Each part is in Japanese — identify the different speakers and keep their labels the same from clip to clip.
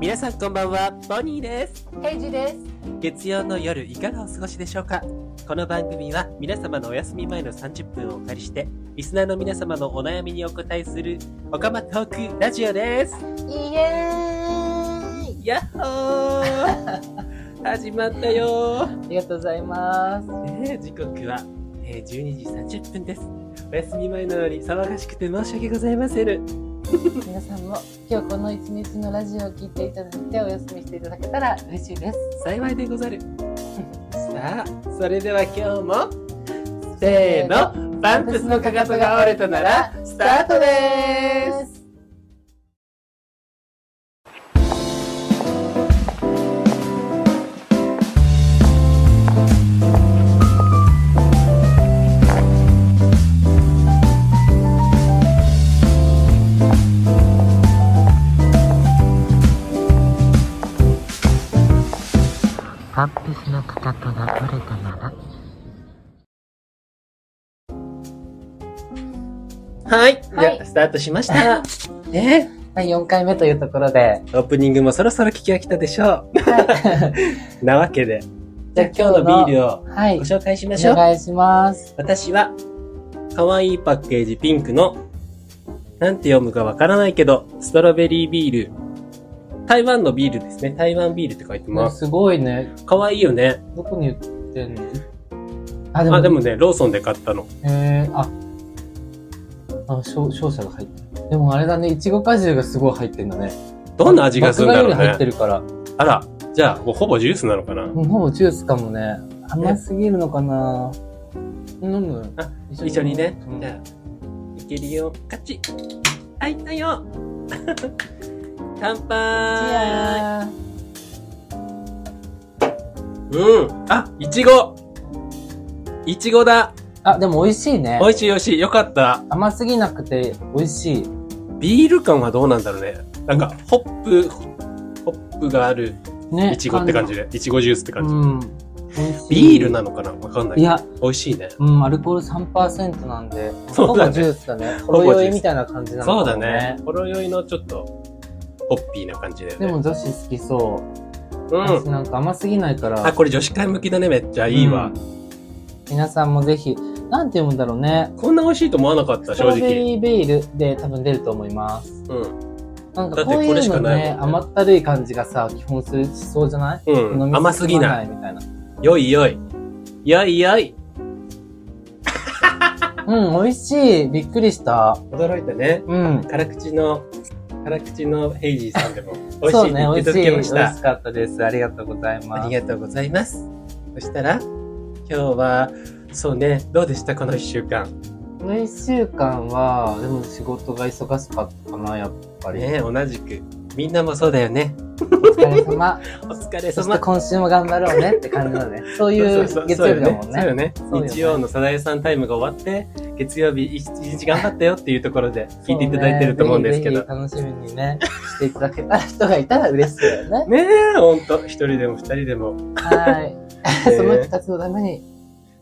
Speaker 1: 皆さんこんばんは、ポニーです。
Speaker 2: ヘイジです。
Speaker 1: 月曜の夜、いかがお過ごしでしょうかこの番組は、皆様のお休み前の30分をお借りして、リスナーの皆様のお悩みにお答えする、おかまトークラジオです。
Speaker 2: イエーイ。
Speaker 1: やっほー 始まったよー、
Speaker 2: ありがとうございます。
Speaker 1: えー時刻は、えー12時30分です。お休み前のより騒がしくて申し訳ございませぬ。
Speaker 2: 皆さんも今日この一日のラジオを聞いていただいてお休みしていただけたら嬉しいです。
Speaker 1: 幸いでござる。さあ、それでは今日も、せーの、パンプスのかかとが折れたなら、スタートです。
Speaker 2: す。
Speaker 3: パンプスのかかとが取れたなら
Speaker 1: はい、じ
Speaker 2: はい
Speaker 1: ゃあ、スタートしました。 ね
Speaker 2: はい、4回目というところで。
Speaker 1: オープニングもそろそろ聞き飽きたでしょ
Speaker 2: は
Speaker 1: う。なわけで、じゃあ
Speaker 2: じゃ
Speaker 1: 今日
Speaker 2: あ
Speaker 1: の
Speaker 2: 今日の
Speaker 1: ビールを
Speaker 2: い。
Speaker 1: ご紹介しましょ
Speaker 2: お
Speaker 1: う。
Speaker 2: 願いします。
Speaker 1: 私は、可愛いパッケージピンクの、なんて読むかわからないけど、ストロベリービール。台湾のビールですね。台湾ビールって書いてます。
Speaker 2: すごいね。
Speaker 1: 可愛いよね。
Speaker 2: どこに売ってんのあ、で
Speaker 1: あ、でもね、ローソンで買ったの。
Speaker 2: えー、あ、あ、勝勝者が入ってる。でもあれだね、いちご果汁がすごい入ってんだね。
Speaker 1: どんな味がするんだろ
Speaker 2: 麦芽より入
Speaker 1: う
Speaker 2: って
Speaker 1: ね。
Speaker 2: るから。
Speaker 1: あら、じゃあ、もうほぼジュースなのかな。
Speaker 2: もうジュースかもね。甘すぎるのかな飲む
Speaker 1: あ一緒にね
Speaker 2: う。ん
Speaker 1: じゃあ、いけるよ。カチッ。あ、いったよ。 乾杯。
Speaker 2: あ
Speaker 1: うん。あ、いちご。いちごだ。
Speaker 2: あ、でも美味しいね
Speaker 1: 美。味しい美味しい。よかった。
Speaker 2: 甘すぎなくて美味しい。
Speaker 1: ビール感はどうなんだろうね。なんか、ホップ、ホップがある
Speaker 2: ね。
Speaker 1: いちごって感じで。いちごジュースって感じ。
Speaker 2: うん。美味しい
Speaker 1: ビールなのかなわかんないけ
Speaker 2: い
Speaker 1: ど。
Speaker 2: や、
Speaker 1: 美味しいね。
Speaker 2: うん、アルコール3%なんで、
Speaker 1: そうだね
Speaker 2: ほぼジュースだね。ほ
Speaker 1: ぼジュース
Speaker 2: ろ酔いみたいな感じなのか
Speaker 1: そ
Speaker 2: も
Speaker 1: うだね。。ほろ酔いのちょっと、ホッピーな感じだよね。
Speaker 2: でも女子好きそう。私
Speaker 1: うん。
Speaker 2: なんか甘すぎないから。
Speaker 1: あ、これ女子会向きだね。めっちゃいいわ。
Speaker 2: うん皆さんもぜひ、なんて読むんだろうね。
Speaker 1: こんな美味しいと思わなかった、
Speaker 2: ス
Speaker 1: 正
Speaker 2: トロベ
Speaker 1: 直。
Speaker 2: リーベイルで多分出ると思います。
Speaker 1: うん。
Speaker 2: なんかこう
Speaker 1: だって
Speaker 2: い
Speaker 1: これ
Speaker 2: う
Speaker 1: しか
Speaker 2: の
Speaker 1: ないもん
Speaker 2: ね、
Speaker 1: ね
Speaker 2: 甘ったるい感じがさ、基本するしそうじゃない、
Speaker 1: う
Speaker 2: 飲
Speaker 1: ん。
Speaker 2: み
Speaker 1: 甘すぎ
Speaker 2: 進ま
Speaker 1: ない。
Speaker 2: みたいな。
Speaker 1: よいよい。よいよい。
Speaker 2: うん、美味しい。びっくりした。
Speaker 1: 驚いたね。
Speaker 2: うん。
Speaker 1: 辛口の、辛口のヘイジーさんでも、 美味し
Speaker 2: そ
Speaker 1: いうって
Speaker 2: ね
Speaker 1: 言、っ
Speaker 2: 美
Speaker 1: てい
Speaker 2: 味
Speaker 1: た
Speaker 2: し
Speaker 1: だけ
Speaker 2: い。美
Speaker 1: ま
Speaker 2: 味
Speaker 1: し。
Speaker 2: したかったです。ありがとうございます。
Speaker 1: ありがとうございます。そしたら、今日は、そうね、どうでしたこの一週間。
Speaker 2: この一週間は、でも仕事が忙しかったかな、やっぱり。
Speaker 1: ね同じく。みんなもそうだよね。
Speaker 2: お疲 れ様。
Speaker 1: お疲れ
Speaker 2: そして
Speaker 1: 様。
Speaker 2: 今週も頑張ろうねって感じだね。そういう月
Speaker 1: そうそうそう
Speaker 2: 曜日だもん
Speaker 1: そうよ
Speaker 2: ね。
Speaker 1: ね。
Speaker 2: そう
Speaker 1: そうよね
Speaker 2: よね
Speaker 1: 日曜のサザエさんタイムが終わって、月曜日一日頑張ったよっていうところで聞いていただいてると思うんですけど。
Speaker 2: そうねぜひぜひ楽しみにね、していただけた人がいたら嬉しいよね。
Speaker 1: ねえ、ほんと。一人でも二人でも。
Speaker 2: はい。
Speaker 1: ね
Speaker 2: その人たちのために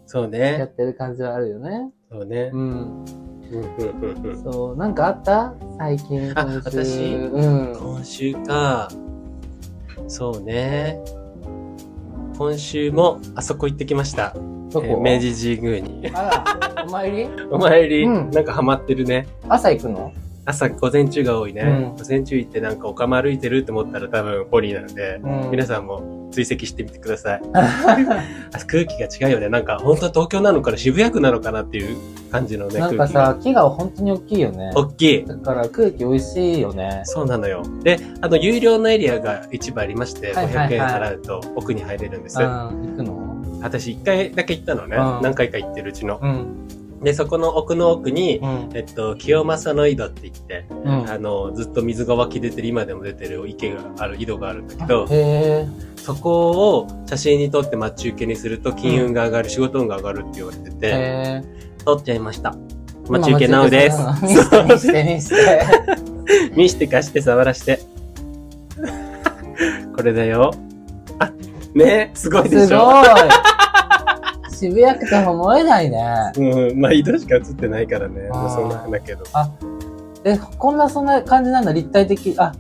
Speaker 1: そう
Speaker 2: やっ
Speaker 1: ね。
Speaker 2: てる感じはあるよね。
Speaker 1: そうね
Speaker 2: う。ん。
Speaker 1: うんうんうんうん
Speaker 2: そう、なんかあった最近。
Speaker 1: あ
Speaker 2: 今週
Speaker 1: 私
Speaker 2: うん。
Speaker 1: 今週か。そうね。今週もあそこ行ってきました。
Speaker 2: ど
Speaker 1: えー
Speaker 2: こ
Speaker 1: 明。治神宮に。
Speaker 2: あら、お参り
Speaker 1: お参り、
Speaker 2: うん
Speaker 1: なんかハマってるね。
Speaker 2: 朝行くの
Speaker 1: 朝午前中が多いね。
Speaker 2: うん
Speaker 1: 午前中行ってなんかお釜歩いてるって思ったら多分ポリーなんで。
Speaker 2: うん
Speaker 1: 皆さんも追跡してみてください。あ空気が違うよね。なんか、本当は東京なのかな渋谷区なのかなっていう感じのね、
Speaker 2: なんか
Speaker 1: 空気が。
Speaker 2: さ、木が本当に大きいよね。
Speaker 1: 大きい。
Speaker 2: だから空気美味しいよね。
Speaker 1: そうなのよ。で、あの、有料のエリアが一部ありまして、
Speaker 2: はいはいはい
Speaker 1: 500円払うと奥に入れるんです。
Speaker 2: うん。行くの
Speaker 1: 私、一回だけ行ったのね。
Speaker 2: うん
Speaker 1: 何回か行ってるうちの。
Speaker 2: うん。
Speaker 1: で、そこの奥の奥に、
Speaker 2: うん。
Speaker 1: えっと、清正の井戸って言って、
Speaker 2: うん。
Speaker 1: あの、ずっと水が湧き出てる、今でも出てる池がある、井戸があるんだけど
Speaker 2: へ、え。
Speaker 1: そこを写真に撮って待ち受けにすると金運が上がる、仕事運が上がるって言われて
Speaker 2: へ
Speaker 1: て、
Speaker 2: え。
Speaker 1: 撮っちゃいました。待ち受けなうです。
Speaker 2: 今待ち受けなの見せて見せて 見せて。
Speaker 1: 見して貸して触らして。 これだよ。あ、ねすごいですしょ
Speaker 2: ごい。渋谷区とは思えないね。
Speaker 1: うん、まあ、井戸しか映ってないからね。
Speaker 2: あー
Speaker 1: そんなんだけど。
Speaker 2: え、こんなそんな感じなんだ、立体的。あ、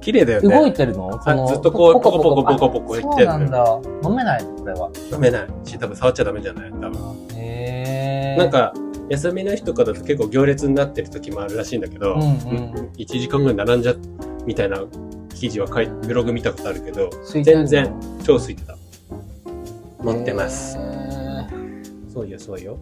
Speaker 1: 綺麗だよね。
Speaker 2: 動いてるのその
Speaker 1: ずっとこう
Speaker 2: ポコポ
Speaker 1: ポコポ
Speaker 2: コ
Speaker 1: コポコポコ言ってる
Speaker 2: あそうなんだ。飲めないのこれは。
Speaker 1: 飲めないし、多分触っちゃダメじゃない多分。
Speaker 2: へー。
Speaker 1: なん、か、休みの日とかだと結構行列になってる時もあるらしいんだけど、
Speaker 2: うんうん。
Speaker 1: 1時間ぐらい並んじゃ、みたいな記事は書いブログ見たことあるけど、
Speaker 2: 空いてるの
Speaker 1: 全然。超空いてた。持ってます。
Speaker 2: へー
Speaker 1: そうよ、そうよ。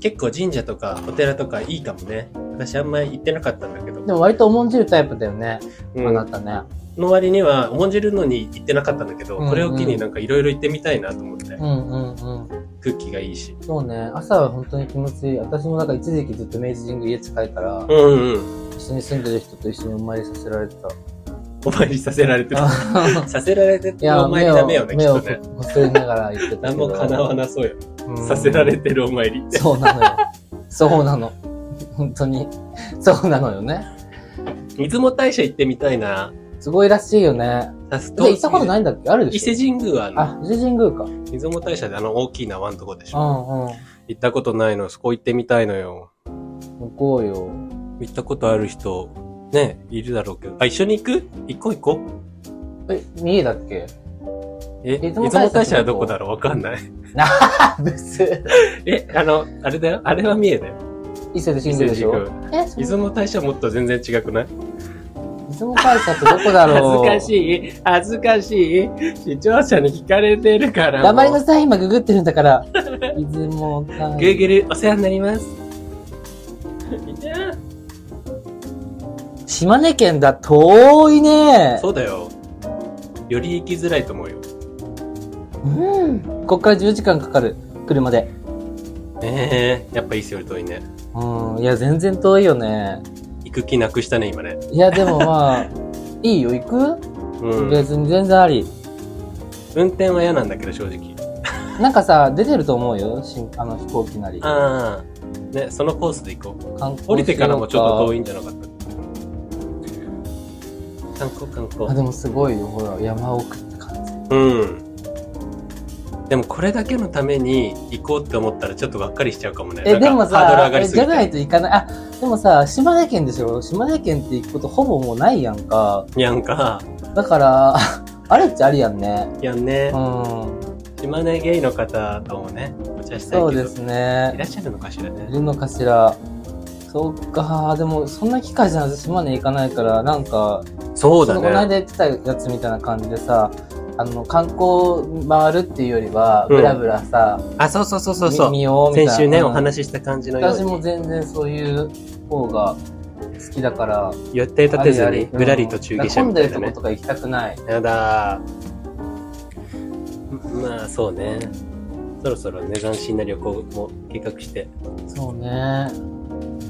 Speaker 1: 結構神社とかお寺とかいいかもね。私あんまり行ってなかったんだけど。
Speaker 2: でも割と重んじるタイプだよね。
Speaker 1: うん
Speaker 2: あなたね。
Speaker 1: の割には、重んじるのに行ってなかったんだけど、
Speaker 2: うんうん
Speaker 1: これを機になんかいろいろ行ってみたいなと思って、
Speaker 2: うんうんうん。
Speaker 1: 空気がいいし。
Speaker 2: そうね。朝は本当に気持ちいい。私もなんか一時期ずっと明治神宮家近いから、
Speaker 1: うんうん。
Speaker 2: 一緒に住んでる人と一緒にお参りさせられてた。
Speaker 1: お参りさせられてた。
Speaker 2: い
Speaker 1: させられてた
Speaker 2: や、
Speaker 1: お参り
Speaker 2: 目
Speaker 1: ダメよ
Speaker 2: を、
Speaker 1: ね、きっ
Speaker 2: 目
Speaker 1: と
Speaker 2: を
Speaker 1: ね。
Speaker 2: こすりながら言ってたけ
Speaker 1: 何
Speaker 2: ど。
Speaker 1: も叶わ
Speaker 2: な
Speaker 1: なそうよ。させられてるお参りって。
Speaker 2: そうなのよ。そうなの。本当に。そうなのよね。
Speaker 1: 出雲大社行ってみたいな。
Speaker 2: すごいらしいよね。
Speaker 1: さす
Speaker 2: で、行ったことないんだっけあるで
Speaker 1: 伊
Speaker 2: しょ
Speaker 1: 勢神宮はあんの
Speaker 2: あ、伊勢神宮か。う
Speaker 1: 出雲大社であの大きい縄のとこでしょ。
Speaker 2: んうん。
Speaker 1: 行ったことないの、そこ行ってみたいのよ。
Speaker 2: 向こうよ。
Speaker 1: 行ったことある人、ね、いるだろうけど。あ、一緒に行く行こう行こう。
Speaker 2: え、三重だっけ
Speaker 1: え、
Speaker 2: 出
Speaker 1: 出
Speaker 2: 雲大社
Speaker 1: 雲大社はどこだろうわかんない。
Speaker 2: あ、ブス。
Speaker 1: え、あの、あれだよ。あれは三重だよ。
Speaker 2: 伊勢神宮でしょえ、そ
Speaker 1: 出
Speaker 2: の
Speaker 1: 雲大社はもっと全然違くない
Speaker 2: 出雲大社ってどこだろうい。
Speaker 1: しい、恥ずかしい。視聴者に聞かれてるから
Speaker 2: 黙りなさい、今ググってるんだ から。出雲大社。
Speaker 1: Google お世話になります。いや
Speaker 2: 島根県だ、遠いね。
Speaker 1: そうだよ。より行きづらいと思うよ。
Speaker 2: うん。こっから10時間かかる。車で。
Speaker 1: ええやっぱいいより遠いね。
Speaker 2: うん。いや、全然遠いよね。
Speaker 1: 行く気なくしたね、今ね。
Speaker 2: いや、でもま あ、いいよ、行く、
Speaker 1: うん。
Speaker 2: 別に全然あり。
Speaker 1: 運転は嫌なんだけど、正直。
Speaker 2: なんかさ、出てると思うよ。新あの飛行機なり。
Speaker 1: ああ。ね、そのコースで行こ
Speaker 2: 観
Speaker 1: う。降りてからもちょっと遠
Speaker 2: い。
Speaker 1: いんじゃなかった観光、観
Speaker 2: あ、
Speaker 1: 光。
Speaker 2: でもすごいよ。ほら、山奥って感じ。
Speaker 1: うん。でもこれだけのために行こうって思ったらちょっとがっかりしちゃうかもね。
Speaker 2: え、で
Speaker 1: なん
Speaker 2: も
Speaker 1: かハードル
Speaker 2: さ
Speaker 1: 上が、り
Speaker 2: え
Speaker 1: すぎ
Speaker 2: じ
Speaker 1: て。
Speaker 2: ゃないと行かない。あ、でもさ、島根県でしょ島根県って行くことほぼもうないやんか。
Speaker 1: やんか。
Speaker 2: だから、 あれっちゃありやんね。
Speaker 1: やんね
Speaker 2: う。ん。
Speaker 1: 島根ゲイの方ともね、お茶したいけど。
Speaker 2: そうですね
Speaker 1: い。らっしゃるのかしら
Speaker 2: い
Speaker 1: ね。
Speaker 2: るのかしら。そっか、でもそんな機会じゃなくて島根行かないから、なんか、
Speaker 1: そ
Speaker 2: ちょっとこの間言ってたやつみたいな感じでさ、あの、観光回るっていうよりは、
Speaker 1: うん
Speaker 2: ブラブラさ、
Speaker 1: あ、そうそうそうそうそう。
Speaker 2: 見見ようみたいな。
Speaker 1: 先週ね、
Speaker 2: うん
Speaker 1: お話しした感じのよ
Speaker 2: 私
Speaker 1: う
Speaker 2: も
Speaker 1: に、
Speaker 2: 全然そういう方が好きだから、
Speaker 1: 予定立てず
Speaker 2: あり
Speaker 1: に、
Speaker 2: あり
Speaker 1: ぶらりと中下車みたい
Speaker 2: うんだから
Speaker 1: な
Speaker 2: 混んでる
Speaker 1: ね
Speaker 2: とこと。か行きたくない。
Speaker 1: やだー。まあ、そうね。そろそろね、斬新な旅行も計画して。
Speaker 2: そうね。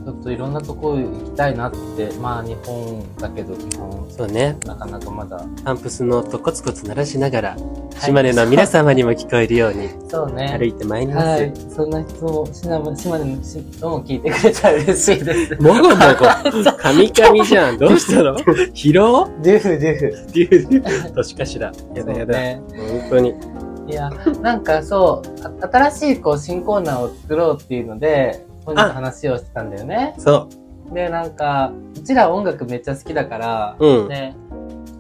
Speaker 2: ちょっといろんなとこ行きたいなって、まあ日本だけど、基本、
Speaker 1: そうね、
Speaker 2: なかなかまだ。
Speaker 1: パンプスの音コツコツ鳴らしながら、島根の皆様にも聞こえるように
Speaker 2: そうね。
Speaker 1: 歩いてまいります。
Speaker 2: はい、そんな人を、島根島根の人も聞いてくれたら嬉し いです。
Speaker 1: もごも ご、カミカミじゃん。どうしたの疲労っ
Speaker 2: デュフデュフ。
Speaker 1: ていう、年かしら。やだやだ。
Speaker 2: ね、
Speaker 1: 本当に。
Speaker 2: いや、なんかそう、あ新しいこう新コーナーを作ろうっていうので、本日話をしてたんだよね。
Speaker 1: そ
Speaker 2: で、なんか、うちら音楽めっちゃ好きだから、
Speaker 1: う。うん。
Speaker 2: ね、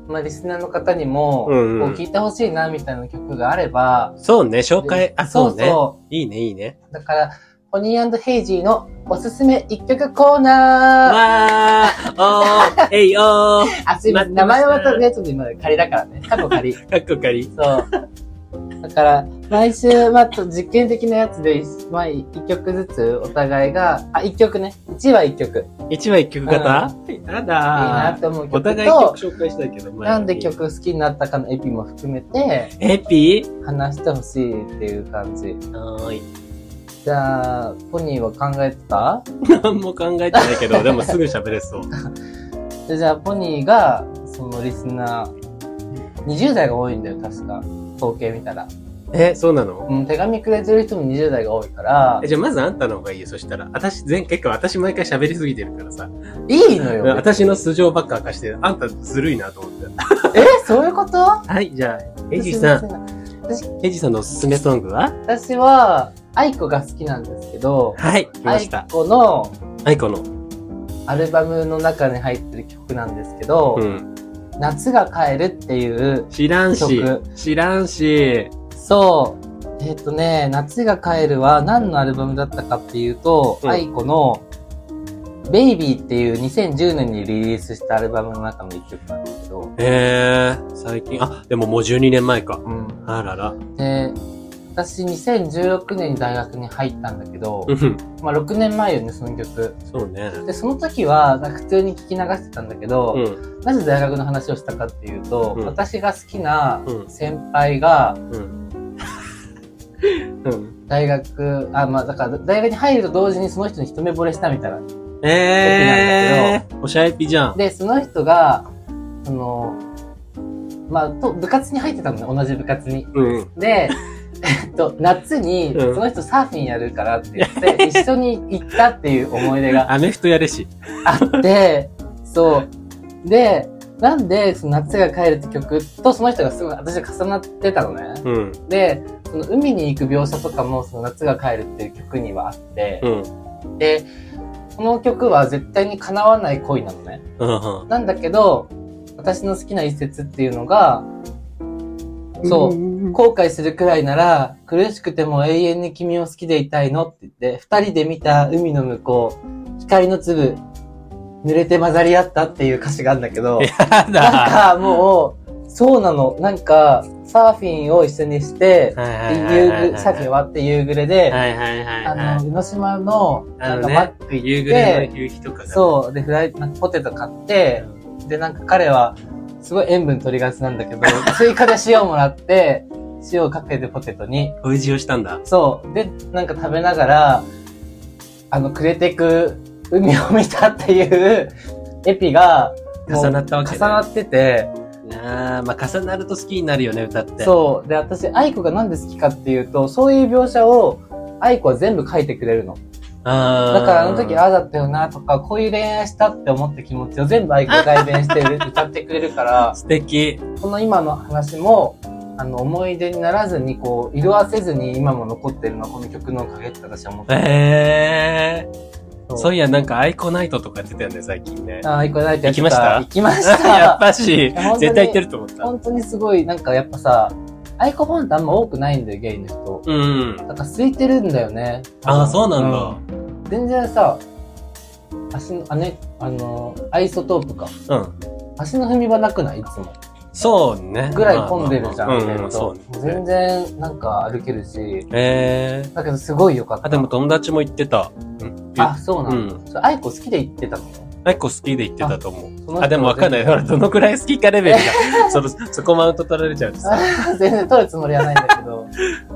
Speaker 2: まあリスナーの方にも、
Speaker 1: うんうん
Speaker 2: こう聞いてほしいなみたいな曲があれば、
Speaker 1: そうね、紹介
Speaker 2: で。
Speaker 1: あ、そうね。
Speaker 2: そ
Speaker 1: いいね、いいね。
Speaker 2: う。だから、ホニーヘイジーのおすすめ一曲コーナー
Speaker 1: わーおーえいおー
Speaker 2: あ、すいません。名
Speaker 1: 待ってまし
Speaker 2: 前
Speaker 1: た
Speaker 2: はとりあえず今仮だからね。過去仮。
Speaker 1: かっこかり。
Speaker 2: そう。だから、毎週、まあ、ちょっと実験的なやつで、まあ、一曲ずつお互いが、あ、一曲ね。一は一曲。いい
Speaker 1: 一話一曲型や
Speaker 2: な
Speaker 1: だ
Speaker 2: って思
Speaker 1: ー
Speaker 2: う
Speaker 1: お
Speaker 2: 曲
Speaker 1: 互い曲
Speaker 2: と、
Speaker 1: 紹介したいけど、前
Speaker 2: な
Speaker 1: に
Speaker 2: んで。曲好きになったかのエピも含めて、
Speaker 1: エピ
Speaker 2: 話してほしいっていう感じ。
Speaker 1: はーい。
Speaker 2: じゃあ、ポニーは考えてた
Speaker 1: 何も考えてない けど、でもすぐ喋れそう。
Speaker 2: でじゃあ、ポニーが、そのリスナー、20代が多いんだよ、確か。統計見たら。
Speaker 1: え、そうなの
Speaker 2: うん、手紙くれてる人も20代が多いから
Speaker 1: え、じゃあまずあんたの方がいいよ、そしたら。私、全、結構私毎回喋りすぎてるからさ。
Speaker 2: いいのよ。
Speaker 1: 私の素性ばっか明かして、あんたずるいなと思って。
Speaker 2: えそういうこと
Speaker 1: はい、じゃあ、エイジさん。
Speaker 2: ん。
Speaker 1: エイジさんのおすすめソングは
Speaker 2: 私は、愛子が好きなんですけど、
Speaker 1: はい、来ま
Speaker 2: 愛
Speaker 1: した。
Speaker 2: 子の
Speaker 1: アイコの。
Speaker 2: アルバムの中に入ってる曲なんですけど、
Speaker 1: うん。
Speaker 2: 夏が帰るっていう
Speaker 4: 知らんし
Speaker 2: 曲、
Speaker 4: 知らんし、
Speaker 2: そう。えっ、とね、夏が帰るは何のアルバムだったかっていうと、
Speaker 1: うん
Speaker 2: アイコの、ベイビーっていう2010年にリリースしたアルバムの中の一曲なんですけど、
Speaker 1: えー、最近、あ、でももう12年前か。
Speaker 2: うん。
Speaker 1: あらら。
Speaker 2: で、私2016年に大学に入ったんだけど
Speaker 1: う、ん、
Speaker 2: まあ6年前よね、その曲。
Speaker 1: そうね。
Speaker 2: で、その時は、なんか普通に聞き流してたんだけど、
Speaker 1: うん、
Speaker 2: なぜ大学の話をしたかっていうと、
Speaker 1: うん
Speaker 2: 私が好きな
Speaker 1: うん
Speaker 2: 先輩が、
Speaker 1: うん。
Speaker 4: うん。
Speaker 2: 大学、あ、まあ、だから、大学に入ると同時にその人に一目惚れしたみたいな。
Speaker 1: えー、おしゃれぴじゃん。
Speaker 2: で、その人が、その、まあ、と部活に入ってたのね、同じ部活に。
Speaker 1: うん。
Speaker 2: で、えっと、夏に、そ
Speaker 1: うん
Speaker 2: の人サーフィンやるからって言って、一緒に行ったっていう思い出が
Speaker 1: アメフトやれし。
Speaker 2: あって、そう。で、なんで、その夏が帰るって曲とその人がすごい私が重なってたのね。
Speaker 1: うん、
Speaker 2: で、その海に行く描写とかも、その夏が帰るっていう曲にはあって
Speaker 1: う、ん、
Speaker 2: で、この曲は絶対に叶わない恋なのね。
Speaker 1: うん。。
Speaker 2: なんだけど、私の好きな一節っていうのが、そう後悔するくらいなら、苦しくても永遠に君を好きでいたいのって言って、二人で見た海の向こう、光の粒、濡れて混ざり合ったっていう歌詞があるんだけど、
Speaker 1: やだ。
Speaker 2: なんかもう、そうなの。なんか、サーフィンを一緒にして、
Speaker 1: はいは
Speaker 2: で
Speaker 1: いはいはい
Speaker 2: 夕暮サーフィン終わって夕暮れで、
Speaker 1: はいはいはい
Speaker 2: あ
Speaker 1: は
Speaker 2: の、江ノ島の、
Speaker 1: あ
Speaker 2: なん
Speaker 1: の
Speaker 2: か
Speaker 1: ね
Speaker 2: バッグ
Speaker 1: い。
Speaker 2: 行
Speaker 1: 夕
Speaker 2: っ
Speaker 1: 暮れ
Speaker 2: て、
Speaker 1: の夕日とかが。
Speaker 2: そう、で、フライ、なんかポテト買って、で、なんか彼は、すごい塩分取りがちなんだけ ど、追加で塩もらって、塩をかけてポテトに。
Speaker 1: おじをしたんだ。
Speaker 2: そう。で、なんか食べながら、あの、暮れてく海を見たっていう、エピが、もう
Speaker 1: 重なったわけね
Speaker 2: 重なってて、
Speaker 1: あーまあ重なると好きになるよね、歌って。
Speaker 2: そう。で、私、愛子がなんで好きかっていうと、そういう描写を、愛子は全部書いてくれるの。
Speaker 1: あー
Speaker 2: だからあの時ああだったよなとか、こういう恋愛したって思った気持ちを全部愛子が代弁して歌ってくれる から、
Speaker 1: 素敵。
Speaker 2: この今の話も、あの、思い出にならずに、こう、色褪せずに今も残ってるのはこの曲のおかげって私は思ってる。
Speaker 1: ええー。そういや、なんかアイコナイトとか出たよね、最近ね。
Speaker 2: ああ、行かないとや
Speaker 1: 行
Speaker 2: って
Speaker 1: きました
Speaker 2: 行きま し。
Speaker 1: やったぱし
Speaker 2: 本当、に
Speaker 1: 絶対言ってると思った。
Speaker 2: 本当にすごい、なんかやっぱさ、アイコファンってあんま多くないんだよ、ゲイの人。
Speaker 1: うん。
Speaker 2: だから空いてるんだよね。
Speaker 1: ああ、そうなんだ。
Speaker 2: だ。全然さ、足の、あね、あの、アイソトープか。
Speaker 1: うん。
Speaker 2: 足の踏み場なくないいつも。
Speaker 1: そうね。
Speaker 2: ぐらい混んでるじゃん、
Speaker 1: まあ
Speaker 2: イ
Speaker 1: まあ
Speaker 2: ベン
Speaker 1: まあうん、
Speaker 2: ト
Speaker 1: そうね。
Speaker 2: 全然、なんか歩けるし。
Speaker 1: ええー。
Speaker 2: だけどすごい良かった。
Speaker 1: あ、でも友達も言ってた。うん
Speaker 2: あ、そうな
Speaker 1: うん
Speaker 2: だ。
Speaker 1: ん。
Speaker 2: それアイコ好きで行ってたの
Speaker 1: アイコ好きで言ってたと思う。
Speaker 2: その人
Speaker 1: あ、でもわかんない。ほら、どのくらい好きかレベルが。 その、そこマウント取られちゃうとさ。
Speaker 2: 全然取るつもりはないんだけど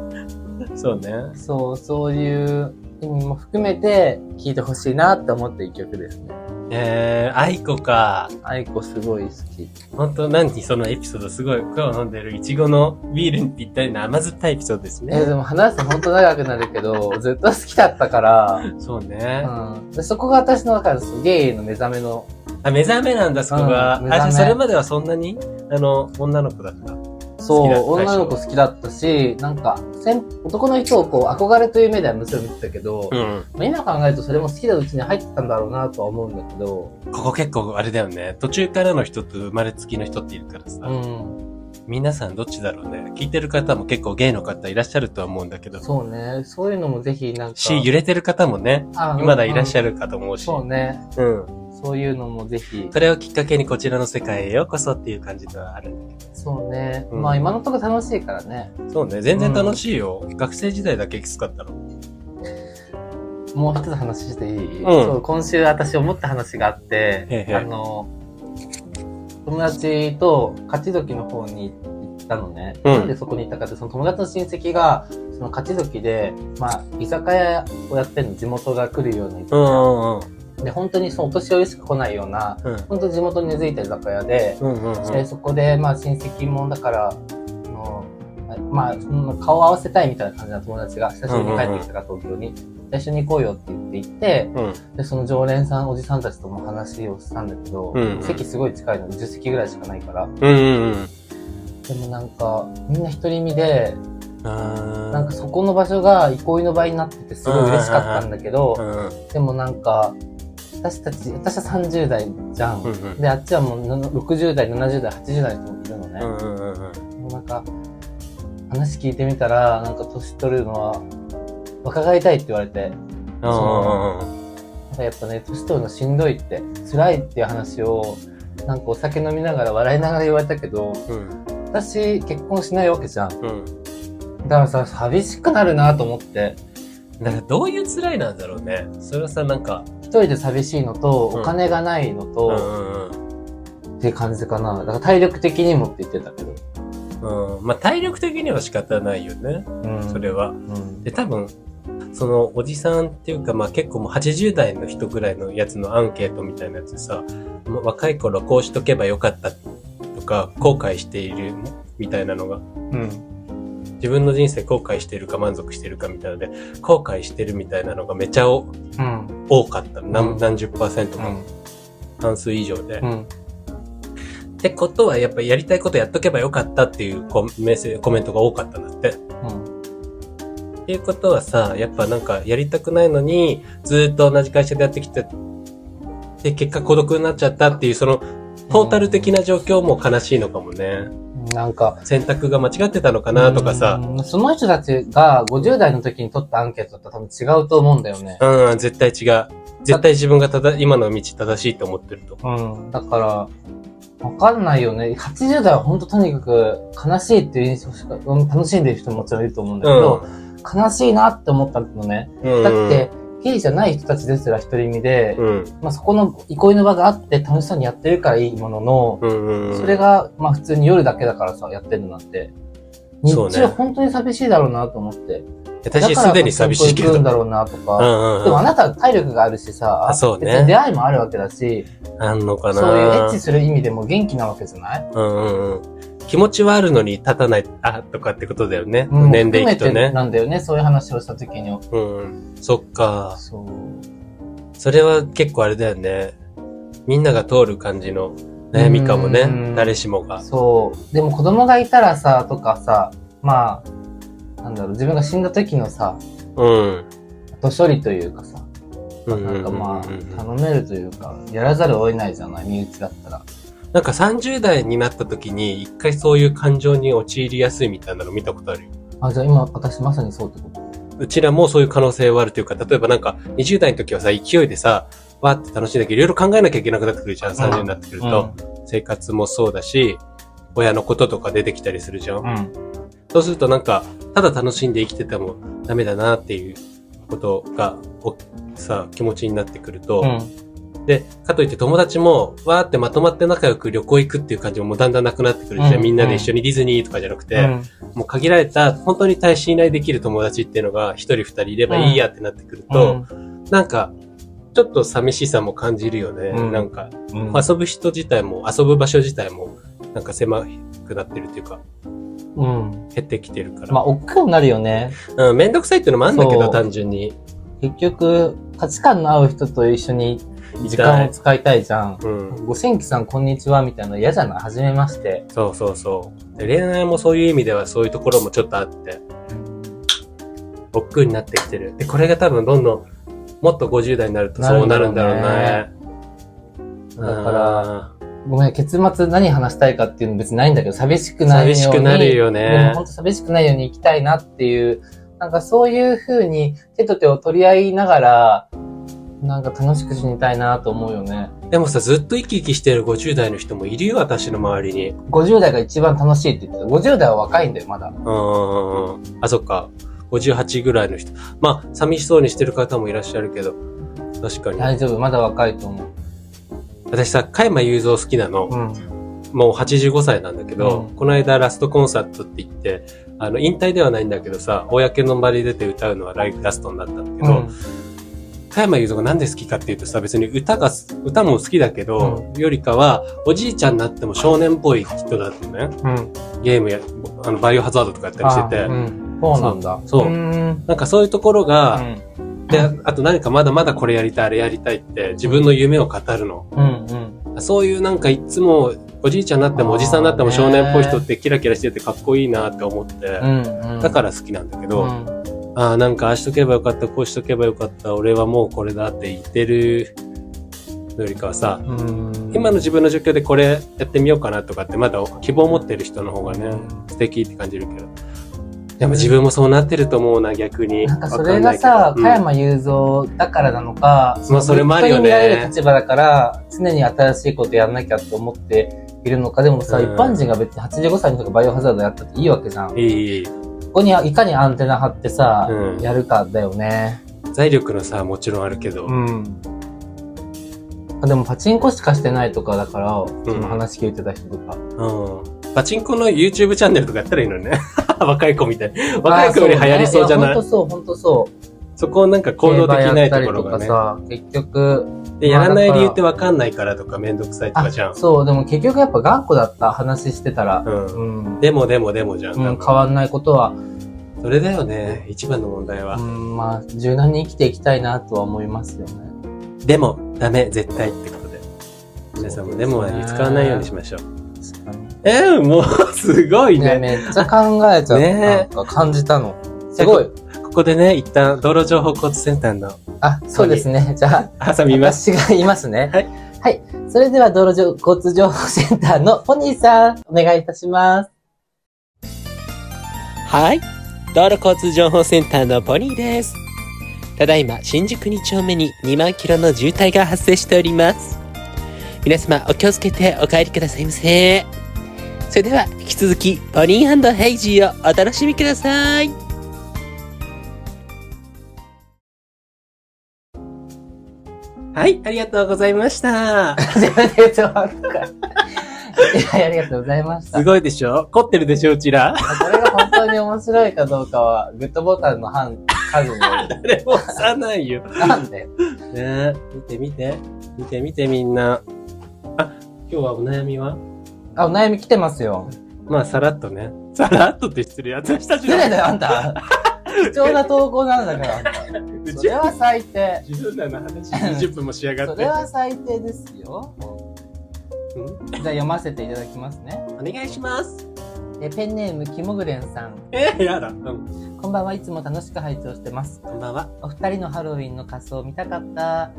Speaker 1: そうね。
Speaker 2: そうそういう意味も含めて聴いてほしいなって思って一曲ですね
Speaker 1: えー、アイコか。
Speaker 2: アイコすごい好き
Speaker 1: 本当何そのエピソードすごい。今日飲んでるイチゴのビールにぴったりな甘酸っぱいエピソードです
Speaker 2: えー
Speaker 1: ね。
Speaker 2: でも話すと本当長くなるけどずっと好きだったから、
Speaker 1: そうね。
Speaker 2: うん、でそこが私の中ですゲイの目覚めの
Speaker 1: あ、目覚めなんだ、そこが。
Speaker 2: うん目
Speaker 1: あ、じゃ
Speaker 2: 覚め
Speaker 1: あそれまではそんなに、あの、女の子だから。
Speaker 2: そ
Speaker 1: 好きだ
Speaker 2: う
Speaker 1: った
Speaker 2: 女の子好きだったしなんか先男の人をこう憧れという目ではむしろ見てたけど、
Speaker 1: うん。
Speaker 2: まあ今考えるとそれも好きなうちに入ってたんだろうなとは思うんだけど、
Speaker 1: ここ結構あれだよね。途中からの人と生まれつきの人っているからさ。
Speaker 2: うん、
Speaker 1: 皆さんどっちだろうね。聞いてる方も結構ゲイの方いらっしゃるとは思うんだけど。
Speaker 2: そうねそういうのもぜひなんか
Speaker 1: し、揺れてる方もね、
Speaker 2: あ
Speaker 1: まだいらっしゃ
Speaker 2: る、
Speaker 1: るかと思うし。
Speaker 2: そうね
Speaker 1: うん。
Speaker 2: そういうのもぜひ。
Speaker 1: それをきっかけにこちらの世界へようこそっていう感じではあるんだけ
Speaker 2: そうね。
Speaker 1: うん
Speaker 2: まあ今のところ楽しいからね。
Speaker 1: ど。そうね、全然楽しいよ。学生時代だけきつかったの。
Speaker 2: もう一つ話していい、
Speaker 1: ん
Speaker 2: そう今週私思った話があって、
Speaker 1: へへ
Speaker 2: あの、友達と勝どきの方に行ったのね。
Speaker 1: うん
Speaker 2: なんでそこに行ったかって、その友達の親戚が、その勝どきで、まあ居酒屋をやってるの、地元が来るように。
Speaker 1: うんうん
Speaker 2: で、本当にそのお年寄りしか来ないような、
Speaker 1: うん。
Speaker 2: 本当に地元に根付いた居酒屋で、
Speaker 1: うんうんうん
Speaker 2: でそこで、まあ、親戚もだからあの、まあ、その顔を合わせたいみたいな感じの友達が久しぶりに帰ってきたから東京に、で一緒に行こうよって言って行って
Speaker 1: うん。
Speaker 2: でその常連さんおじさんたちとも話をしたんだけど、
Speaker 1: うんうん
Speaker 2: 席すごい近いの10席ぐらいしかないから
Speaker 1: うんうんうん。
Speaker 2: でもなんかみんな独り身でな
Speaker 1: あ
Speaker 2: んかそこの場所が憩いの場になっててすごい嬉しかったんだけど、
Speaker 1: ーうん
Speaker 2: でもなんか私たち、私は30代じゃん。
Speaker 1: うんうん
Speaker 2: で、あっちはもうな60代、70代、80代の人もいるのね。
Speaker 1: うんうんうんうん。
Speaker 2: もうなんか、話聞いてみたら、なんか年取るのは、若返りたいって言われて、
Speaker 1: あ
Speaker 2: なんかやっぱね、年取るのしんどいって、辛いっていう話を、なんかお酒飲みながら笑いながら言われたけど、
Speaker 1: あ。うん。
Speaker 2: 私結婚しないわけじゃん。だ
Speaker 1: うん。
Speaker 2: からさ、寂しくなるなと思って、
Speaker 1: なんかどういう辛いなんだろうね。それはさ、なんか、
Speaker 2: 一人で寂しいのと、
Speaker 1: うん
Speaker 2: お金がないの
Speaker 1: うん
Speaker 2: と、
Speaker 1: うん
Speaker 2: っていう感じかな。だから体力的にもって言ってたけど。
Speaker 1: うん。うん。まあ体力的には仕方ないよね。
Speaker 2: うん
Speaker 1: それは。
Speaker 2: うん。
Speaker 1: で、多分、そのおじさんっていうか、まあ結構もう80代の人ぐらいのやつのアンケートみたいなやつでさ、まあ若い頃こうしとけばよかったとか、後悔しているみたいなのが
Speaker 2: うん。
Speaker 1: 自分の人生後悔してるか満足してるかみたいなので、後悔してるみたいなのがめちゃお
Speaker 2: うん。
Speaker 1: 多かった。何,、
Speaker 2: うん
Speaker 1: 何十パーセント
Speaker 2: う
Speaker 1: か、
Speaker 2: ん。
Speaker 1: 半数以上で。
Speaker 2: うん。
Speaker 1: ってことは、やっぱりやりたいことやっとけばよかったっていうコメッセコメントが多かったんだって。っていうことはさ、やっぱなんかやりたくないのに、ずーっと同じ会社でやってきて、で、結果孤独になっちゃったっていう、その、トータル的な状況も悲しいのかもね。
Speaker 2: なんか、
Speaker 1: 選択が間違ってたのかなとかさ。
Speaker 2: うん。その人たちが50代の時に取ったアンケートと多分違うと思うんだよね。
Speaker 1: うん、絶対違う。絶対自分がただ、今の道正しいと思ってると。
Speaker 2: うん。だから、わかんないよね。80代は本当とにかく悲しいっていう印象しか、うん、楽しんでる人ももちろんいると思うんだけど、悲しいなって思ったのね。
Speaker 1: うん。
Speaker 2: だって、ゲイじゃない人たちですら独り身で、
Speaker 1: うん、
Speaker 2: まあそこの憩いの場があって楽しそうにやってるからいいものの、
Speaker 1: うんうんうん。
Speaker 2: それが、まあ普通に夜だけだからさ、やってるのなんて。日
Speaker 1: そうね
Speaker 2: 中本当に寂しいだろうなと思って。
Speaker 1: 私すでに寂しいけ
Speaker 2: だからこそ散歩行くん
Speaker 1: ど。
Speaker 2: だろうなと
Speaker 1: う
Speaker 2: か。
Speaker 1: んうんうん
Speaker 2: でもあなたは体力があるしさ、
Speaker 1: あそうね
Speaker 2: 別に出会いもあるわけだし、
Speaker 1: あんのかな
Speaker 2: そういうエッチする意味でも元気なわけじゃない
Speaker 1: うんうんうん。気持ちはあるのに立たない、あ、とかってことだよね。
Speaker 2: うん
Speaker 1: 年齢いくと
Speaker 2: 含めて
Speaker 1: ね。
Speaker 2: なんだよね、そういう話をした時に。
Speaker 1: うん。そっか。
Speaker 2: そう。
Speaker 1: それは結構あれだよね。みんなが通る感じの悩みかもね
Speaker 2: うん。
Speaker 1: 誰しもが。
Speaker 2: そう。でも子供がいたらさ、とかさ、まあ、なんだろう、自分が死んだ時のさ、
Speaker 1: うん。
Speaker 2: 後処理というかさ、
Speaker 1: う
Speaker 2: なんか
Speaker 1: う
Speaker 2: ま
Speaker 1: んうんうん
Speaker 2: あ、頼めるというか、やらざるを得ないじゃない、身内だったら。
Speaker 1: なんか30代になった時に一回そういう感情に陥りやすいみたいなの見たことあるよ。
Speaker 2: あ、じゃあ今、私まさにそうってこと
Speaker 1: うちらもそういう可能性はあるというか、例えばなんか20代の時はさ、勢いでさ、わーって楽しいんだけど、いろいろ考えなきゃいけなくなってくるじゃん、30になってくると。生活もそうだし、親のこととか出てきたりするじゃん。
Speaker 2: ん。
Speaker 1: そうするとなんか、ただ楽しんで生きててもダメだなっていうことが、おさ、気持ちになってくると、
Speaker 2: うん。
Speaker 1: で、かといって友達も、わーってまとまって仲良く旅行行くっていう感じももうだんだんなくなってくるじゃん。
Speaker 2: うん
Speaker 1: みんなで一緒にディズニーとかじゃなくて、
Speaker 2: うん
Speaker 1: もう限られた、本当に対信頼できる友達っていうのが一人二人いればいいやってなってくると、なんか、ちょっと寂しさも感じるよね。
Speaker 2: うん
Speaker 1: なんか、
Speaker 2: うん
Speaker 1: 遊ぶ人自体も、遊ぶ場所自体も、なんか狭くなってるっていうか、
Speaker 2: うん。
Speaker 1: 減ってきてるから。
Speaker 2: まあ、億劫になるよね。
Speaker 1: うん、めんどくさいっていうのもあるんだけ
Speaker 2: そ
Speaker 1: ど、
Speaker 2: う
Speaker 1: 単純に。
Speaker 2: 結局、価値観の合う人と一緒に時間を使いたいじゃん。
Speaker 1: うん。
Speaker 2: ご新規さん、こんにちは、みたいなの嫌じゃない初めまして。
Speaker 1: そうそうそう。で恋愛もそういう意味ではそういうところもちょっとあって、億劫になってきてる。で、これが多分どんどん、もっと50代になるとそうなるんだろう
Speaker 2: な
Speaker 1: ね。
Speaker 2: だから、ごめん、結末何話したいかっていうの別にないんだけど、寂しくないように。
Speaker 1: 寂しくなるよね
Speaker 2: でも本当寂しくないように生きたいなっていう、なんかそういう風に手と手を取り合いながら、なんか楽しく死にたいなと思うよね。
Speaker 1: でもさ、ずっと生き生きしてる50代の人もいるよ、私の周りに。う
Speaker 2: 50代が一番楽しいって言ってた。50代は若いんだよ、まだ。
Speaker 1: ーん。あ、そっか。58ぐらいの人。まあ、寂しそうにしてる方もいらっしゃるけど。確かに。
Speaker 2: 大丈夫、まだ若いと思う。
Speaker 1: 私さ、加山雄三好きなの。
Speaker 2: うん。
Speaker 1: もう85歳なんだけど、
Speaker 2: うん
Speaker 1: この間ラストコンサートって言って、あの、引退ではないんだけどさ、公の場に出て歌うのはライブラストになったんだけど、加山雄三がなんで好きかっていうとさ、別に歌が、歌も好きだけど、よりかは、おじいちゃんになっても少年っぽい人だったのね。
Speaker 2: うん。
Speaker 1: ゲームや、あの、バイオハザードとかやったりしてて、
Speaker 2: あうんそうなんだ。
Speaker 1: そう
Speaker 2: うん。
Speaker 1: なんかそういうところが、
Speaker 2: う
Speaker 1: で、あと何かまだまだこれやりたい、あれやりたいって、自分の夢を語るの。
Speaker 2: ん。うん。
Speaker 1: そういうなんかいつも、おじいちゃんになってもおじさんになっても
Speaker 2: あー
Speaker 1: 少年っぽい人ってキラキラしててかっこいいなって思って、
Speaker 2: うん。
Speaker 1: だ
Speaker 2: ら、
Speaker 1: から好きなんだけど、
Speaker 2: うん
Speaker 1: ああ、なんかああしとけばよかった、こうしとけばよかった、俺はもうこれだって言ってるよりかはさ、
Speaker 2: うん
Speaker 1: 今の自分の状況でこれやってみようかなとかってまだ希望を持ってる人の方がね、素敵って感じるけど。でも自分もそうなってると思うな、逆に。
Speaker 2: なんかそれがさ、
Speaker 1: わかん
Speaker 2: 加
Speaker 1: ないけど
Speaker 2: 山雄三だからなのか、
Speaker 1: まあそれもあるよね
Speaker 2: ずっと見られる立場だから、常に新しいことやんなきゃと思っているのか、でもさ、
Speaker 1: うん
Speaker 2: 一般人が別に85歳の人がバイオハザードやったっていいわけじゃん。
Speaker 1: うんいい、いい。
Speaker 2: ここにいかにアンテナ張ってさ、
Speaker 1: うん
Speaker 2: やるかだよね。
Speaker 1: 財力の差はもちろんあるけど、
Speaker 2: ん。でもパチンコしかしてないとかだから、その話聞いてた人とか。
Speaker 1: うん。パチンコの YouTube チャンネルとかやったらいいのにね。 若い子みたい。若い子より流行りそうじゃない
Speaker 2: 本当そう、本当そう。
Speaker 1: そこをなんか行動できないところが
Speaker 2: 競
Speaker 1: ね。
Speaker 2: 馬やったりとかさ、結局、
Speaker 1: で、やらない理由ってわかんないからとかめんどくさいとかじゃん。
Speaker 2: そう、でも結局やっぱ頑固だった話してたら、
Speaker 1: うん。
Speaker 2: うん。
Speaker 1: でもでもでもじゃん。
Speaker 2: うん、
Speaker 1: 多
Speaker 2: 変
Speaker 1: 分
Speaker 2: わんないことは、
Speaker 1: それだよね、一番の問題は
Speaker 2: う。ん、まあ、柔軟に生きていきたいなとは思いますよね。
Speaker 1: でも、ダメ、絶対ってことで。皆さんもでもは使わないようにしましょう。
Speaker 2: 確かに。
Speaker 1: えー、もう、すごいね。
Speaker 2: ね、めっちゃ考えちゃっ た。
Speaker 1: ね
Speaker 2: なんか感じたの。すごい。
Speaker 1: ここでね、一旦、道路情報交通センターの
Speaker 2: あ、そうですね。 じゃあ、
Speaker 1: 挟みます。
Speaker 2: 私が言いますね。
Speaker 1: はい。
Speaker 2: はい。それでは、道路上交通情報センターのポニーさん、お願いいたします。
Speaker 5: はい。道路交通情報センターのポニーです。ただいま、新宿2丁目に2万キロの渋滞が発生しております。皆様、お気をつけてお帰りくださいませ。それでは、引き続き、ポニーヘイジーをお楽しみください。
Speaker 1: はい、ありがとうございました。
Speaker 2: 自分で言ってもらったから。はい、ありがとうございました。
Speaker 1: すごいでしょ凝ってるでしょうちら。
Speaker 2: これが本当に面白いかどうかは、グッドボタンの半数によ
Speaker 1: 誰も押さないよ。
Speaker 2: る。なんで
Speaker 1: ね見て見て。見て見てみんな。あ、今日はお悩みは
Speaker 2: あ、お悩み来てますよ。
Speaker 1: まあ、さらっとね。さらっとって失礼。私たちの
Speaker 2: 失礼だよ、あんた。貴重な投稿なんだから、あんた。
Speaker 1: う
Speaker 2: そ
Speaker 1: ち
Speaker 2: れは最低。
Speaker 1: 自分らの話20分もしやが
Speaker 2: そ
Speaker 1: って
Speaker 2: れ。は最低ですよ。
Speaker 1: うん
Speaker 2: じゃあ読ませていただきますね。
Speaker 1: お願いします。
Speaker 2: えペンネーム、キモグレンさん。
Speaker 1: えー、やだ。うん。
Speaker 2: こんばんはいつも楽しく拝聴してます。
Speaker 1: こんばん は。
Speaker 2: お二人のハロウィンの仮装見たかった。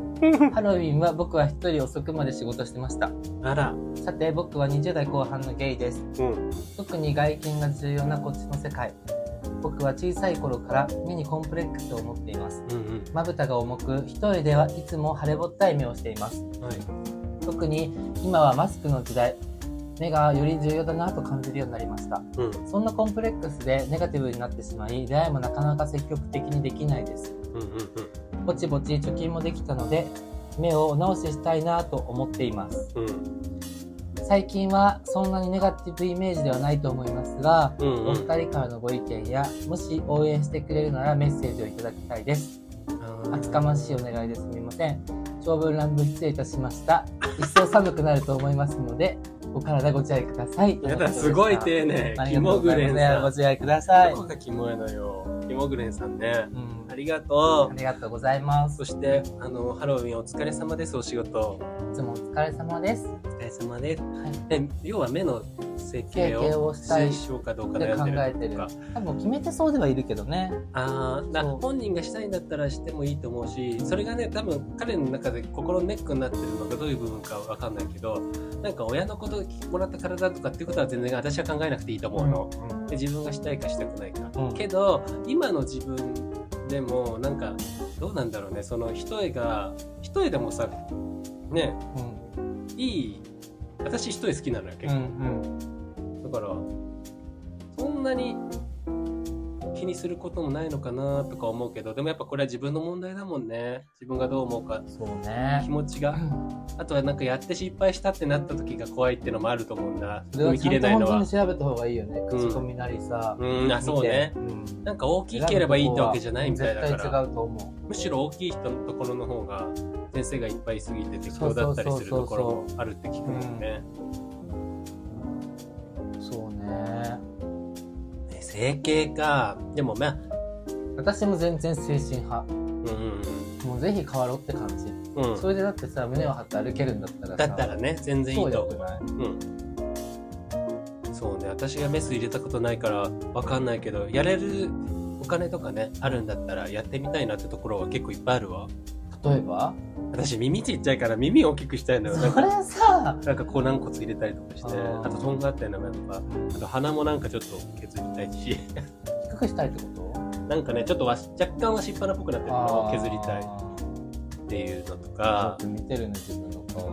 Speaker 2: ハロウィンは僕は一人遅くまで仕事してました。
Speaker 1: あら。
Speaker 2: さて、僕は20代後半のゲイです。
Speaker 1: うん。
Speaker 2: 特に外見が重要なこっちの世界。僕は小さい頃から目にコンプレックスを持っています。
Speaker 1: うん
Speaker 2: まぶたが重く、一重ではいつも腫れぼったい目をしています。
Speaker 1: うん。はい。
Speaker 2: 特に今はマスクの時代目がより重要だなと感じるようになりました
Speaker 1: うん。
Speaker 2: そんなコンプレックスでネガティブになってしまい出会いもなかなか積極的にできないです
Speaker 1: うんうん
Speaker 2: ぼちぼち貯金もできたので目をお直ししたいなと思っています
Speaker 1: うん。
Speaker 2: 最近はそんなにネガティブイメージではないと思いますが
Speaker 1: うんうん
Speaker 2: お二人からのご意見やもし応援してくれるならメッセージをいただきたいです
Speaker 1: うん。
Speaker 2: 厚かましいお願いですみません長文乱文失礼いたしました一層寒くなると思いますのでお体ご自愛ください
Speaker 1: やだ、すごい丁寧
Speaker 2: あ。り
Speaker 1: キ
Speaker 2: がと
Speaker 1: モ
Speaker 2: うご
Speaker 1: グ
Speaker 2: ざい
Speaker 1: レ
Speaker 2: ま
Speaker 1: ン
Speaker 2: す
Speaker 1: さ
Speaker 2: ご
Speaker 1: ん。
Speaker 2: 自愛ください、
Speaker 1: どこがキモいのよ。キモグレンさんね。
Speaker 2: うん、
Speaker 1: あ
Speaker 2: あ
Speaker 1: りがとう。
Speaker 2: りがとうございます
Speaker 1: そして、あの、ハロウィンお疲れ様です、お仕事。
Speaker 2: いつもお疲れ様です
Speaker 1: お疲れ様です。
Speaker 2: はい
Speaker 1: で、要は目の整形
Speaker 2: 整形
Speaker 1: を
Speaker 2: をしたい
Speaker 1: しようかどうか
Speaker 2: で
Speaker 1: 悩
Speaker 2: 考
Speaker 1: ん
Speaker 2: え
Speaker 1: で
Speaker 2: て
Speaker 1: ると
Speaker 2: る
Speaker 1: か。
Speaker 2: 多分決めてそうではいるけどね
Speaker 1: ああ、だ
Speaker 2: そう
Speaker 1: 本人がしたいんだったらしてもいいと思うし、それがね、多分彼の中で心のネックになってるのがどういう部分かわかんないけど、なんか親のこともらった体とかっていうことは全然私は考えなくていいと思うの。で自分がしたいかしたくないか。
Speaker 2: うん
Speaker 1: けど、今の自分でも、なんか、どうなんだろうね、その一重が、一重でもさ、ね、
Speaker 2: うん
Speaker 1: いい、私一重好きなのよ、結
Speaker 2: う
Speaker 1: 構。
Speaker 2: ん
Speaker 1: だからそんなに気にすることもないのかなとか思うけどでもやっぱこれは自分の問題だもんね自分がどう思うか
Speaker 2: うんそう
Speaker 1: 気
Speaker 2: ね
Speaker 1: 持ちがあとはなんかやって失敗したってなった時が怖いってのもあると思うんだ
Speaker 2: それ
Speaker 1: 踏
Speaker 2: は
Speaker 1: み
Speaker 2: ち
Speaker 1: 切
Speaker 2: ゃ
Speaker 1: れ
Speaker 2: んと
Speaker 1: ない
Speaker 2: 本
Speaker 1: の
Speaker 2: 当
Speaker 1: は
Speaker 2: に調べた方がいいよね口コミなりさ、
Speaker 1: うんあそうね
Speaker 2: 見てうん
Speaker 1: なんか大きければいいってわけじゃないみたいだか
Speaker 2: 絶対
Speaker 1: ら
Speaker 2: 違うと思う
Speaker 1: むしろ大きい人のところの方が先生がいっぱいすぎて適当だったりするところもあるって聞くもんね
Speaker 2: そうね
Speaker 1: ね整形かでもまあ
Speaker 2: 私も全然精神派
Speaker 1: うんうん
Speaker 2: もうぜひ変わろうって感じ、
Speaker 1: うんうん
Speaker 2: それでだってさ胸を張って歩けるんだったらさ
Speaker 1: だったらね全然い
Speaker 2: そ
Speaker 1: いうと
Speaker 2: よ
Speaker 1: 思
Speaker 2: く
Speaker 1: う
Speaker 2: ない
Speaker 1: うん。そうね、私がメス入れたことないからわかんないけど、やれるお金とかね、あるんだったらやってみたいなってところは結構いっぱいあるわ。
Speaker 2: 例えば
Speaker 1: 私耳ちっちゃいから耳大きくしたいのよ。なん
Speaker 2: それ
Speaker 1: か、
Speaker 2: さ、
Speaker 1: なんかこう軟骨入れたりとかして、
Speaker 2: あー
Speaker 1: あととんがったりとか、あと鼻もなんかちょっと削りたいし、
Speaker 2: 低くしたいってこと
Speaker 1: なんかね、ちょっとわし若干はしっぱなっぽくなってるのを削りたい
Speaker 2: ちょ
Speaker 1: っていうのとか
Speaker 2: っと、見てるね、自分の顔。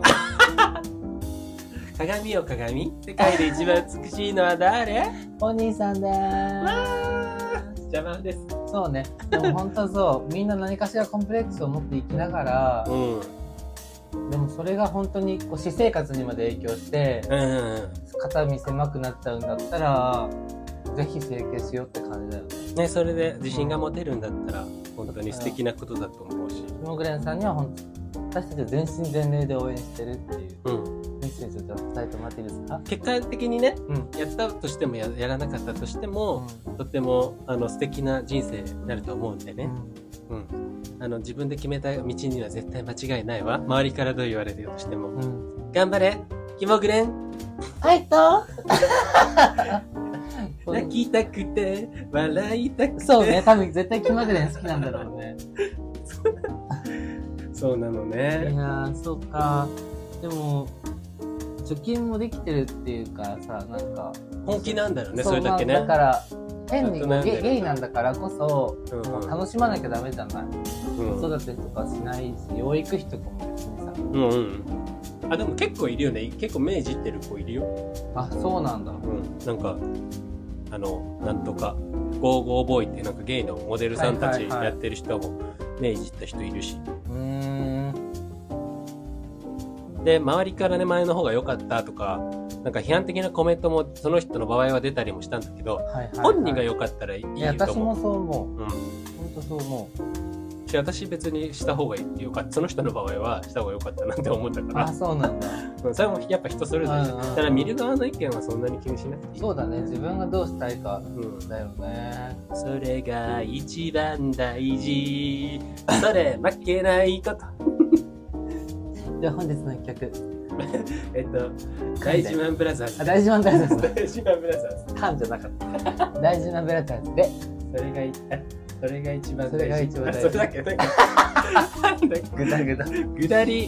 Speaker 1: 鏡よ鏡世界で一番美しいのは 誰
Speaker 2: お兄さんでーす。
Speaker 1: 邪魔です。
Speaker 2: そうね。でも本当そう。みんな何かしらコンプレックスを持って生きながら
Speaker 1: う、ん。うん
Speaker 2: でもそれが本当にこう私生活にまで影響して、
Speaker 1: うんうん。
Speaker 2: 肩身狭くなっちゃうんだったら、ぜひ整形しようって感じだよね。
Speaker 1: ね、それで自信が持てるんだったら、本当に素敵なことだと思うし。
Speaker 2: モグレンさんには本当、私たちを全身全霊で応援してるっていう
Speaker 1: うん。
Speaker 2: メッセージをちょっと伝えてもらっていいですか
Speaker 1: 結果的にね、
Speaker 2: うん。
Speaker 1: やったとしてもややらなかったとしても、とってもあの素敵な人生になると思うんで
Speaker 2: う
Speaker 1: ね。
Speaker 2: ん
Speaker 1: うん。あの、自分で決めた道には絶対間違いないわ。周りからどう言われるとしても。
Speaker 2: うん。
Speaker 1: 頑張れキモグレン
Speaker 2: はいと
Speaker 1: 泣きたくて、笑いたくて。
Speaker 2: そうね、多分絶対気まぐれ好きなんだろうね。
Speaker 1: そうなの
Speaker 2: い
Speaker 1: ね。
Speaker 2: やー、そうか。でも、貯金もできてるっていうかさ、なんか、
Speaker 1: 本気なんだろうね、
Speaker 2: そ
Speaker 1: そうれだけ
Speaker 2: まあ
Speaker 1: ね
Speaker 2: だ。から、変
Speaker 1: ち
Speaker 2: に
Speaker 1: ゃんと悩んで
Speaker 2: ゲ
Speaker 1: る
Speaker 2: ゲイなんだからこそ、
Speaker 1: うん
Speaker 2: もう楽しまなきゃダメじゃない、
Speaker 1: うん
Speaker 2: 子育てとかしないし、養育費とかも別にさ。
Speaker 1: うんうん。あ、でも結構いるよね。結構目いじってる子いるよ。
Speaker 2: あ、そうなんだ。
Speaker 1: うん。なんか、あの、なんとか、ゴーゴーボーイってなんかゲイのモデルさんた
Speaker 2: はい
Speaker 1: ち
Speaker 2: はいはい
Speaker 1: やってる人も目いじった人いるし。
Speaker 2: うーん。
Speaker 1: で、周りからね、前の方が良かったとか、なんか批判的なコメントもその人の場合は出たりもしたんだけど、
Speaker 2: はいはい、はい。
Speaker 1: 本人が
Speaker 2: い
Speaker 1: 良かったらいい
Speaker 2: や、
Speaker 1: と
Speaker 2: 私
Speaker 1: 思
Speaker 2: も
Speaker 1: う。
Speaker 2: そう思
Speaker 1: うん。
Speaker 2: う。ほんとそう思う。
Speaker 1: し私別にした方が良かった。その人の場合はした方が良かったなって思ったか
Speaker 2: あ、
Speaker 1: ら。
Speaker 2: そうなんだ。
Speaker 1: うんそれもやっぱ人それぞれじゃん。
Speaker 2: うんうん
Speaker 1: だから見る側の意見はそんなに気にしなくていい。
Speaker 2: そうだね、自分がどうしたいか
Speaker 1: うん。
Speaker 2: だよね。
Speaker 1: それが一番大事。それ負けないこと。
Speaker 2: では本日の一曲。
Speaker 1: えっと、大事マンブラザーズ。
Speaker 2: あ、大事なんだよ。
Speaker 1: 大事マンブラザーズ。
Speaker 2: 缶じゃなかった。大事なベラちゃんで。
Speaker 1: それがい、あそれが一番大事。
Speaker 2: それが一番大事
Speaker 1: あそれだっけなんか、なんだっ
Speaker 2: ぐだ ぐだ。
Speaker 1: けぐだり。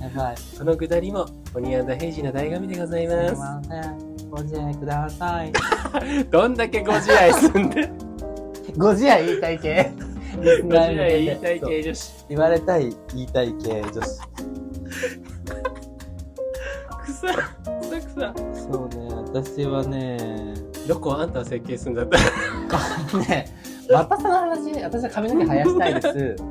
Speaker 2: やばい。
Speaker 1: そのぐだりも、ポニーヘイジの大神でござい
Speaker 2: すい
Speaker 1: ま
Speaker 2: ません。ご自愛ください。
Speaker 1: す。どんだけご自愛すん で。
Speaker 2: ご自愛言いたい系。
Speaker 1: ご自愛言いたい系女子。
Speaker 2: 言われたい言いたい系女子。
Speaker 1: くさ、くさくさ。
Speaker 2: そうね、私はね、
Speaker 1: どこあんたは整形するんだったら、
Speaker 2: ね、またその話、私は髪の毛生やしたいです。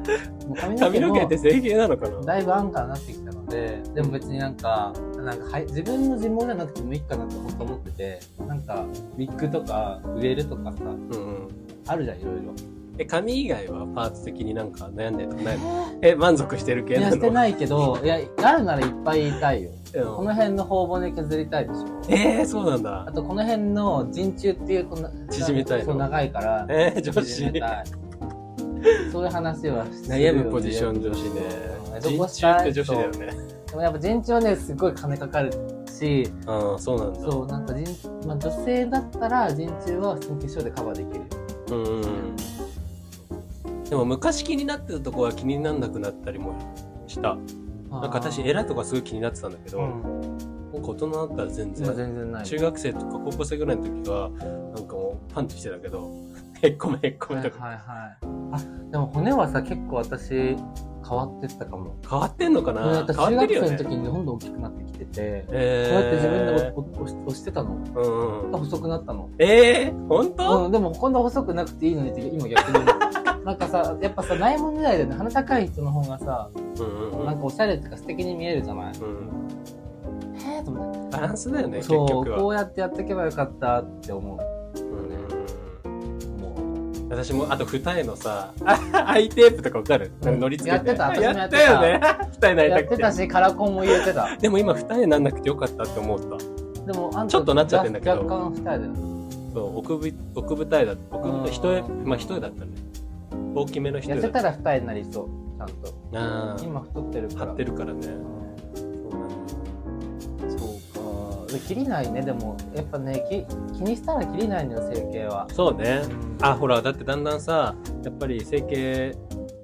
Speaker 2: もう髪の
Speaker 1: 髪
Speaker 2: 毛
Speaker 1: の毛
Speaker 2: も
Speaker 1: って整形なのかな
Speaker 2: だいぶ安価になってきたので、でも別になんか、なんかはい自分の自問じゃなくてもいいかなって本当思ってて、なんか、ウィッグとか、ウェルとかさ、
Speaker 1: うんうん。
Speaker 2: あるじゃん、いろいろ。
Speaker 1: え、髪以外はパーツ的になんか悩んでるとかないのえ、満足してる系
Speaker 2: いや、
Speaker 1: なの
Speaker 2: してないけど、いや、あるならいっぱい言いたいよ。
Speaker 1: うん
Speaker 2: この辺の頬骨削りたいでしょ。
Speaker 1: えー、そうなんだ
Speaker 2: あ。とこの辺の陣中っていうこの
Speaker 1: 縮めたいの
Speaker 2: そう長いから、
Speaker 1: えー、女
Speaker 2: 縮め
Speaker 1: 子。
Speaker 2: たい。そういう話はするよ
Speaker 1: 悩むポジション女子ね
Speaker 2: うん。どこ
Speaker 1: 人
Speaker 2: した
Speaker 1: 中っ
Speaker 2: い
Speaker 1: て女子だよね。
Speaker 2: でもやっぱ陣中はねすごい金かかるし、
Speaker 1: ああ、そうなんだ。
Speaker 2: そうなんか陣、まあ、女性だったら陣中は普通に化粧でカバーできるよ。
Speaker 1: うんうんうん。でも昔気になってたとこは気になんなくなったりもした。なんか私、エラとかすごい気になってたんだけど、
Speaker 2: う
Speaker 1: なんか
Speaker 2: ん、
Speaker 1: 大人だったら全
Speaker 2: 今
Speaker 1: 然。
Speaker 2: 全然ない。
Speaker 1: 中学生とか高校生ぐらいの時は、なんかもうパンチしてたけど、 へっこめへっこ
Speaker 2: は
Speaker 1: め
Speaker 2: いは
Speaker 1: と
Speaker 2: い
Speaker 1: か。
Speaker 2: はい。あでも骨はさ結構私変わってったかも。
Speaker 1: 変わってんのか
Speaker 2: で
Speaker 1: な
Speaker 2: もなんか
Speaker 1: 変わ
Speaker 2: 中
Speaker 1: ってる
Speaker 2: 学
Speaker 1: よ
Speaker 2: 生の
Speaker 1: ね。
Speaker 2: 時にどんどん大きくなってきてて、
Speaker 1: え
Speaker 2: こ
Speaker 1: ー
Speaker 2: うやって自分で押押し押してたの。
Speaker 1: うんうん。
Speaker 2: 細くなったの。
Speaker 1: えー、本当、
Speaker 2: うん、でもこんな細くなくていいのにって今逆に 思うなんかさ、やっぱさ、ないもん時代でね、鼻高い人の方がさ、
Speaker 1: うんうんう
Speaker 2: なんんかおしゃれとか素敵に見えるじゃない
Speaker 1: うん。
Speaker 2: えーと思っ
Speaker 1: バランスだよね、
Speaker 2: て。
Speaker 1: 結局
Speaker 2: そ
Speaker 1: は。
Speaker 2: う、こうやってやっていけばよかったって思う。
Speaker 1: うん
Speaker 2: も
Speaker 1: 私も、あと二重のさ、 あアイテープとかわかる
Speaker 2: ん
Speaker 1: なんか乗り付けて。
Speaker 2: やってた私もや
Speaker 1: や
Speaker 2: っ
Speaker 1: ってた
Speaker 2: た
Speaker 1: よね。二重な
Speaker 2: う
Speaker 1: り
Speaker 2: や
Speaker 1: た
Speaker 2: って
Speaker 1: く
Speaker 2: た
Speaker 1: て。
Speaker 2: し、カラコンも入れてた。
Speaker 1: でも今二重なんなくてよかったって思った。
Speaker 2: でも、あんた
Speaker 1: ちょっとなっちゃってんだけど
Speaker 2: 若干二重だよね。
Speaker 1: そう、奥ぶ、奥舞台だった。奥舞
Speaker 2: うん
Speaker 1: 台、一重、まあ一重だったね。大きめの一重
Speaker 2: 痩
Speaker 1: だ
Speaker 2: せ
Speaker 1: った。
Speaker 2: たら二重になりそう、ちゃんと。
Speaker 1: あー
Speaker 2: 今太ってるから。
Speaker 1: 張ってるからね。
Speaker 2: うん
Speaker 1: そうなんだ
Speaker 2: そうか。で切りないね、でも。やっぱね、き気にしたら切りないのよ、整形は。
Speaker 1: そうね。
Speaker 2: あ
Speaker 1: あ、ほら、だってだんだんさ、やっぱり整形、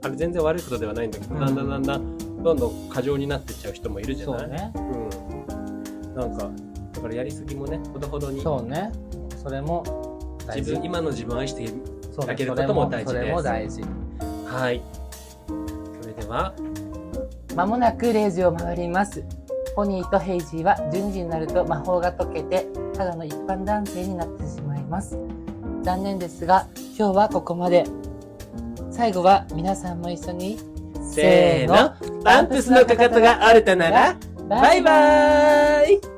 Speaker 1: あれ全然悪いことではないんだけど、だんだんだんだん、どんどん過剰になってっちゃう人もいるじゃ
Speaker 2: そ
Speaker 1: な
Speaker 2: う
Speaker 1: い
Speaker 2: ね。
Speaker 1: うん。なんか、だからやりすぎもね、ほどほどに、
Speaker 2: そうね。それも大
Speaker 1: 自
Speaker 2: 事。
Speaker 1: 分、今の自分を愛して、
Speaker 2: そう
Speaker 1: だけることも大事
Speaker 2: そ
Speaker 1: です
Speaker 2: れも大事。
Speaker 1: はい。それでは、
Speaker 2: まもなく0時を回ります。ポニーとヘイジーは12時になると魔法が解けて、ただの一般男性になってしまいます。残念ですが、今日はここまで。最後は皆さんも一緒に、
Speaker 1: せーの、パンプスのかかとが折れたなら、バイバーイ